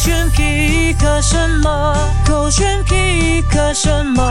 选皮克什么？狗选皮克什么？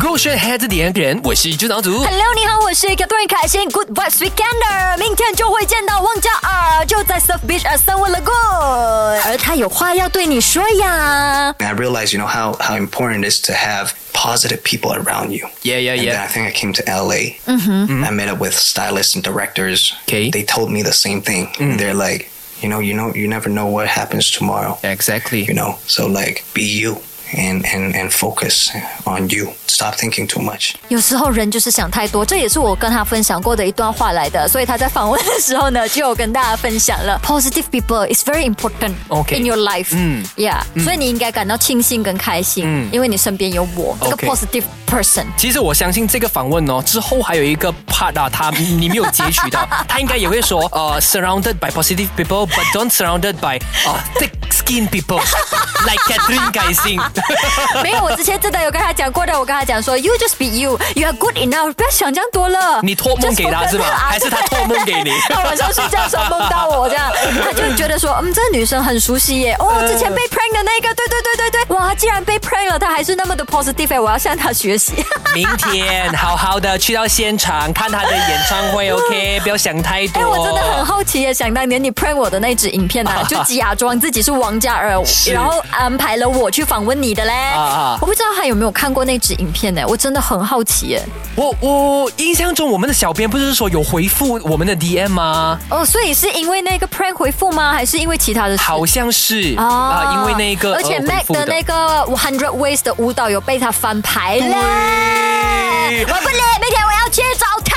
勾选 Head 点人，我是朱导组。 Hello，你好，我是 Catherine 凯欣，Good Vibes Weekender，明天就会见到王嘉尔，就在 Surf Beach at Sunwood Lagoon，而他有话要对你说呀。 And I realized, you know, how, how important it is to have positive people around you. Yeah, yeah, And then I yeah. Mm-hmm. think I came to LA. I met up with stylists and directors. 'Kay. They told me the same thing. Mm. They're like, you know, you know, you never know what happens tomorrow. You Exactly. know, so like, be you and and and focus on you. Stop thinking too much. 有时候人就是想太多，这也是我跟他分享过的一段话来的，所以他在访问的时候呢，就有跟大家分享了 positive people is very important OK in your life，嗯，yeah，所以嗯你应该感到庆幸跟开心，因为你身边有我这个 OK positive person。其实我相信这个访问哦，之后还有一个 part 啊，他你没有截取到，他应该也会说，呃，surrounded by positive people，but don't surrounded by 啊、thick skin people，like Catherine 改姓。 没有，我之前真的有跟他讲过的，我跟他讲说，You just be you, you are good enough，不要想这样多了。 你托梦给他 Just focus 是吗 on- 还是他托梦给你他晚上睡觉的时候梦到我这样，他就觉 得说，嗯，这个女生很熟悉耶。哦，呃之前被 prank 的那个，对对对对对，哇，她既然被 prank 了，她还是那么的 positive，耶我要向她学习。 明天好好的去到现场看他的演唱 会，OK，不要想太多。哎，我真的很好奇耶，想当年你 prank 我的那支影片啊，就假装自己是王嘉尔，然后安排了我去访问你的嘞。啊我不知道他有没有看过那支影片呢？我真的很好奇耶。我我印象中我们的小编不是说有回复我们的 DM 吗？哦，所以是因为那个 prank 回复吗？还是因为其他的事？好像是啊、哦因为那个而且呃 Mac 回复的那个 Hundred Ways 的舞蹈有被他翻牌嘞，对我不理，明天我要去找他。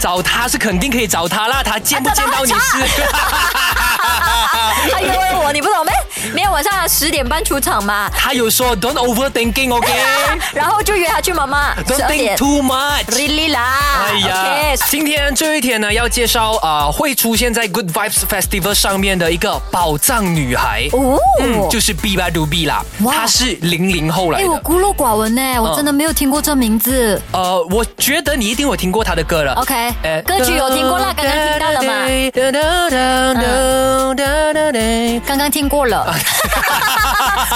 找他是肯定可以找他啦，他见不见到你 是？他约了我，你不懂没？明天晚上十点半出场嘛，他有说 don't overthinking，OK，don't、然后就约他去妈妈十 Don't 二 think 点。 too much。 Really 啦，哎呀 OK，今天最后一天呢，要介绍啊、呃会出现在 Good Vibes Festival 上面的一个宝藏女孩，哦，嗯，就是 B 八 Do B 啦，哇她是零零后来哎，的。我孤陋寡闻嗯呢，我真的没有听过这名字。呃，我觉得你一定有听过他的歌了。 OK，呃歌曲有听过啦刚刚听到了嘛刚刚听过了，啊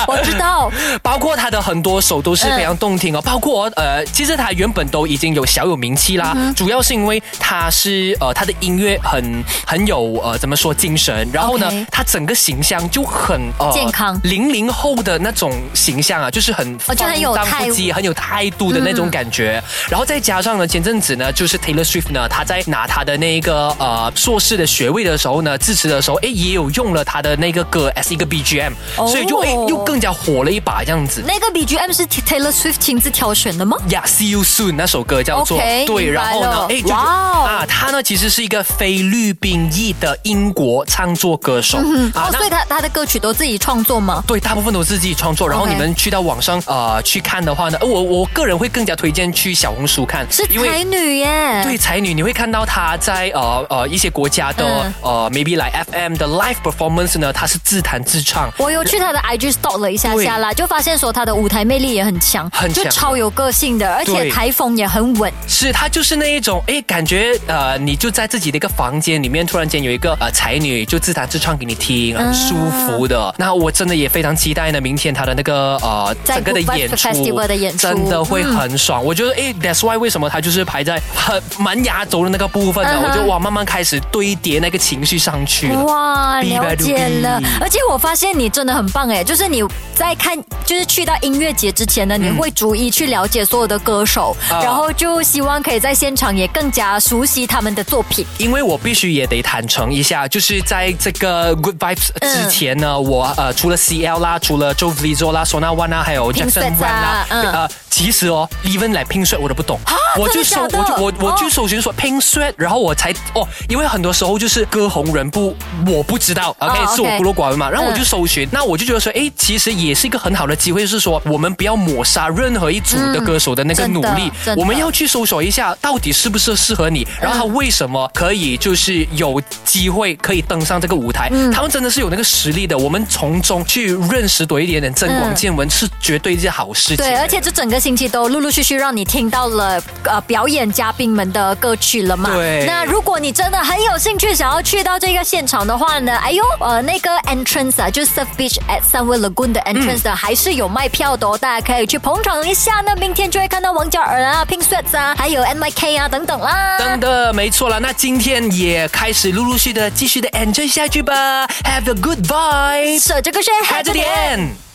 我知道。包括他的很多首都是非常动听哦，包括呃，其实他原本都已经有小有名气啦，嗯主要是因为他是呃他的音乐很很有呃怎么说精神，然后呢 OK 他整个形象就很呃健康零零后的那种形象啊，就是很哦就很有嗯放荡不羁、很有态度的那种感觉，然后再加上呢前阵子呢就是 Taylor Swift 呢他在拿他的那个呃硕士的学位的时候呢致辞的时候，哎也有用了他的那个歌 as 一个 BGM，哦所以就哎又更加火了一把这样子。那个 BGM 是 Taylor Swift 亲自挑选的吗？呀、See You Soon 那首歌叫做 OK，对，明白然后呢了，哎，就哇哦啊，他呢其实是一个菲律宾裔的英国唱作歌手、啊哦，，所以他他的歌曲都自己创作吗？对，大部分都是自己创作。然后 OK 你们去到网上呃去看的话呢，呃我我个人会更加推荐去小红书看，是因为才呃女耶，对才女，你会看到她在呃呃一些国家的、嗯呃 maybe 来 FM 的 live performance 呢，她是自弹自唱，我有去他的 IG stalk 了一下下啦，就发现说他的舞台魅力也很强，很强就超有个性的，而且对台风也很稳。是她就是那一种，哎，感觉呃，你就在自己的一个房间里面，突然间有一个呃才女就自弹自唱给你听，很舒服的。那我真的也非常期待呢，明天她的那个呃在整个的 Good 演 Vibes 出 Festival 的演出真的会很爽。我觉得哎，That's why 为什么她就是排在很蛮压轴的那个部分呢？嗯哼我就哇，慢慢开始堆叠那个情绪上去了。哇， Be 了 ready 解了 be。而且我发现你真的很棒哎，就是你在看，就是去到音乐节之前呢，你会逐一去了解所有的歌手，嗯啊然后就希望可以在现场也更加熟悉他们的作品。因为我必须也得坦诚一下，就是在这个 Good Vibes 嗯之前呢，我呃除了 CL 啦，除了 Joe Flizzo 啦、Sona One 啦，还有 Pink Jackson Sweats Wang 啦啊，嗯啊呃，其实哦，even 来 Pink Sweat 我都不懂，我就搜真的假我的就我我哦就搜寻说 Pink Sweat，然后我才哦，因为很多时候就是歌红人不我不知道，OK，哦是我 OK 嗯孤陋寡闻嘛，然后我就搜寻，那我就觉得说，哎，其实也是一个很好的机会，就是说我们不要抹杀任何一组的歌手的那个嗯真努的力，真的我们要去搜索一下到底是不是适合你，然后他为什么可以就是有机会可以登上这个舞台，他们真的是有那个实力的，我们从中去认识多一点点增广见闻、是绝对一件好事情。对，而且这整个星期都陆陆续续让你听到了呃表演嘉宾们的歌曲了嘛。对那如果你真的很有兴趣想要去到这个现场的话呢，哎呦，呃那个 entrance 啊，就是 Surf Beach at Sunway Lagoon 的 entrance 呢、还是有卖票的哦，大家可以去捧场一下。那明天就会看到王嘉尔啊、Pink Sweats 啊，还有 N Y K 啊等等啦。真的没错了，那今天也开始陆陆续的继续的 enjoy 下去吧，Have a good vibe，舍这个是开着点。